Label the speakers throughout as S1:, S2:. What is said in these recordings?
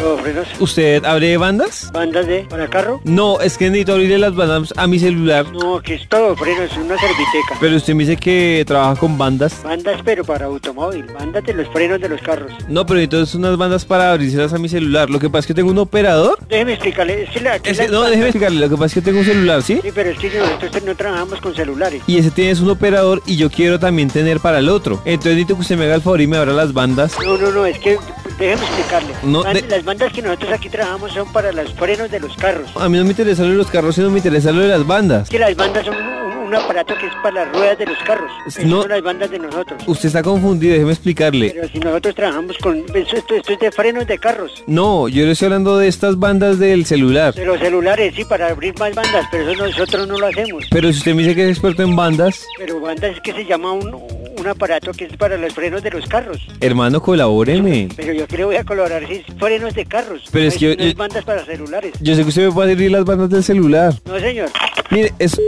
S1: Oh, frenos.
S2: ¿Usted abre bandas?
S1: ¿Bandas de para carro?
S2: No, es que necesito abrirle las bandas a mi celular.
S1: No, que es todo, frenos, una serviteca.
S2: Pero usted me dice que trabaja con bandas.
S1: Bandas pero para automóvil, bandas de los frenos de los carros.
S2: No, pero entonces unas bandas para abrírselas a mi celular. Lo que pasa es que tengo un operador.
S1: Déjeme explicarle, es que la- aquí
S2: Ese-
S1: la-
S2: no, déjeme explicarle. Lo que pasa es que tengo un celular, ¿sí?
S1: Sí, pero es que nosotros no trabajamos con celulares.
S2: Y ese tiene es un operador y yo quiero también tener para el otro. Entonces necesito que usted me haga el favor y me abra las bandas.
S1: No, no, no, es que déjeme explicarle.
S2: No,
S1: Ban- Las
S2: de-
S1: bandas que nosotros aquí trabajamos son para los frenos de los carros.
S2: A mí no me interesa lo de los carros, sino me interesa lo de las bandas.
S1: Es que las bandas son un, un aparato que es para las ruedas de los carros. Esas
S2: No.
S1: son las bandas de nosotros.
S2: Usted está confundido, déjeme explicarle.
S1: Pero si nosotros trabajamos con... Esto, esto- esto es de frenos de carros.
S2: No, yo le estoy hablando de estas bandas del celular.
S1: De los celulares, sí, para abrir más bandas, pero eso nosotros no lo hacemos.
S2: Pero si usted me dice que es experto en bandas,
S1: Pero banda es que se llama un, un aparato que es para los frenos de los carros.
S2: hermano, colabóreme.
S1: Pero yo que le voy a colorar si es frenos de carros.
S2: Pero
S1: No
S2: es que yo-
S1: no es
S2: yo-
S1: bandas para celulares.
S2: Yo sé que usted me puede abrir las bandas del celular.
S1: No, señor.
S2: Mire, es...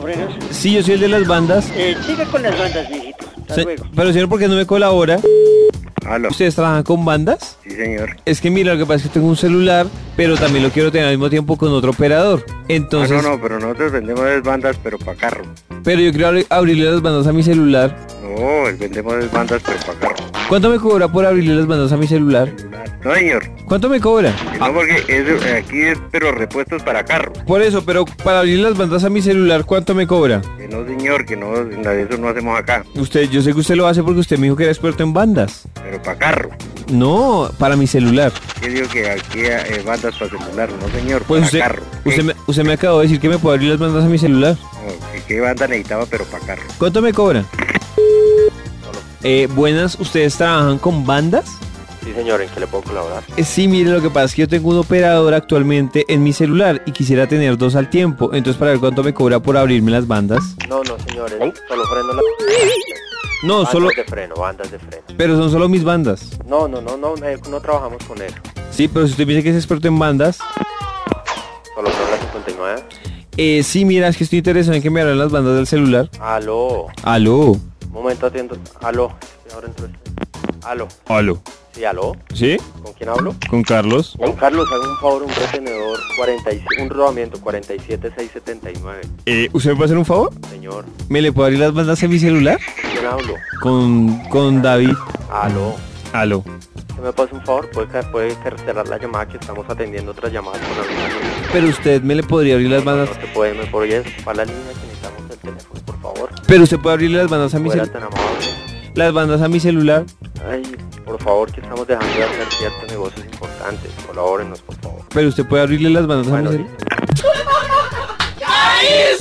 S1: Frenos.
S2: Sí, yo soy el de las bandas.
S1: Eh, siga con las bandas, mijito. Hasta
S2: Se-
S1: luego.
S2: Pero señor, ¿por qué no me colabora?
S3: Aló.
S2: ¿Ustedes trabajan con bandas?
S3: Sí, señor. Ah,
S2: Es que mira, lo que pasa es que tengo un celular, pero también lo quiero tener al mismo tiempo con otro operador.
S3: Ah,
S2: Entonces,
S3: no, no, pero nosotros vendemos es bandas, pero para carro.
S2: pero yo quiero abri- abrirle las bandas a mi celular.
S3: No, el vendemos es bandas, pero para carro.
S2: ¿Cuánto me cobra por abrirle las bandas a mi celular?
S3: No, señor.
S2: ¿Cuánto me cobra?
S3: que No, porque es, eh, aquí es, pero repuestos para carro.
S2: Por eso, pero para abrir las bandas a mi celular, ¿cuánto me cobra?
S3: Que no, señor, que no, nada de eso no hacemos acá.
S2: Usted, yo sé que usted lo hace porque usted me dijo que era experto en bandas.
S3: Pero para carro.
S2: No, para mi celular.
S3: Yo digo que aquí eh, bandas para celular, no, señor,
S2: Pues
S3: para
S2: usted,
S3: carro.
S2: usted, me, usted me acabó de decir que me puede abrir las bandas a mi celular.
S3: No, que ¿Qué banda necesitaba, pero para carro?
S2: ¿Cuánto me cobra? Eh, buenas, ¿ustedes trabajan con bandas?
S4: Sí, señor, ¿en qué le puedo colaborar?
S2: Eh, Sí, mire, lo que pasa es que yo tengo un operador actualmente en mi celular y quisiera tener dos al tiempo. Entonces, para ver cuánto me cobra por abrirme las bandas.
S4: No, no, señores, solo freno la...
S2: No,
S3: Ah,
S4: bandas
S2: solo...
S4: de freno, bandas de freno.
S2: Pero son solo mis bandas.
S4: No, no, no, no, eh, no trabajamos con él.
S2: Sí, pero si usted me dice que es experto en bandas...
S4: Solo freno la 59.
S2: Eh, sí, mira, es que estoy interesado en que me abran las bandas del celular.
S4: Aló,
S2: Aló.
S4: un momento atiendo. Aló, ahora entro. Aló,
S2: Aló.
S4: sí, aló,
S2: ¿Sí?
S4: ¿con quién hablo?
S2: ¿Con Carlos?
S4: Don Carlos, haga un favor, un retenedor, 47, un rodamiento 47679.
S2: Eh, ¿Usted me puede hacer un favor?
S4: Señor,
S2: ¿Me le puedo abrir las bandas en mi celular?
S4: ¿con quién hablo?
S2: Con, con David.
S4: Aló.
S2: Aló.
S4: ¿Se me pasa un favor? ¿Puede, ca- puede cancelar la llamada que estamos atendiendo otras llamadas con alguna línea?
S2: Pero usted me le podría abrir las
S4: No,
S2: bandas.
S4: no se puede, me podría para la línea que necesitamos el teléfono, por favor.
S2: Pero usted puede abrirle las bandas a mi
S4: Fuera
S2: celular.
S4: tan amable.
S2: Las bandas a mi celular.
S4: Ay, por favor, que estamos dejando de hacer ciertos negocios importantes. Colabórenos, por favor.
S2: Pero usted puede abrirle las bandas a mi
S4: Bueno,
S2: celular.
S4: listo.